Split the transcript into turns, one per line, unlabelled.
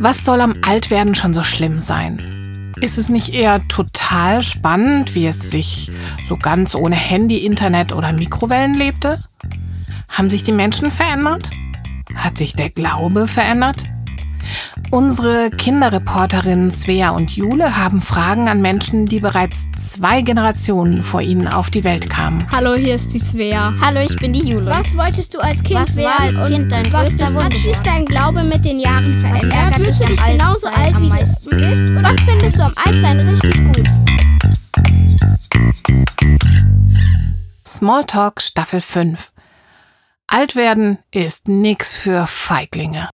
Was soll am Altwerden schon so schlimm sein? Ist es nicht eher total spannend, wie es sich so ganz ohne Handy, Internet oder Mikrowellen lebte? Haben sich die Menschen verändert? Hat sich der Glaube verändert? Unsere Kinderreporterinnen Svea und Jule haben Fragen an Menschen, die bereits zwei Generationen vor ihnen auf die Welt kamen.
Hallo, hier ist die Svea.
Hallo, ich bin die Jule.
Was wolltest du als Kind
Was war
werden?
als
und
Kind dein
was
größter
hat
Wunsch?
sich dein Glaube mit den Jahren verändert?
ärgert dich
Fühlst du
am
dich genauso
Altsein
alt,
am
wie du bist?
meisten?
Und was findest du am Altsein richtig gut?
Smalltalk Staffel 5. Altwerden ist nix für Feiglinge.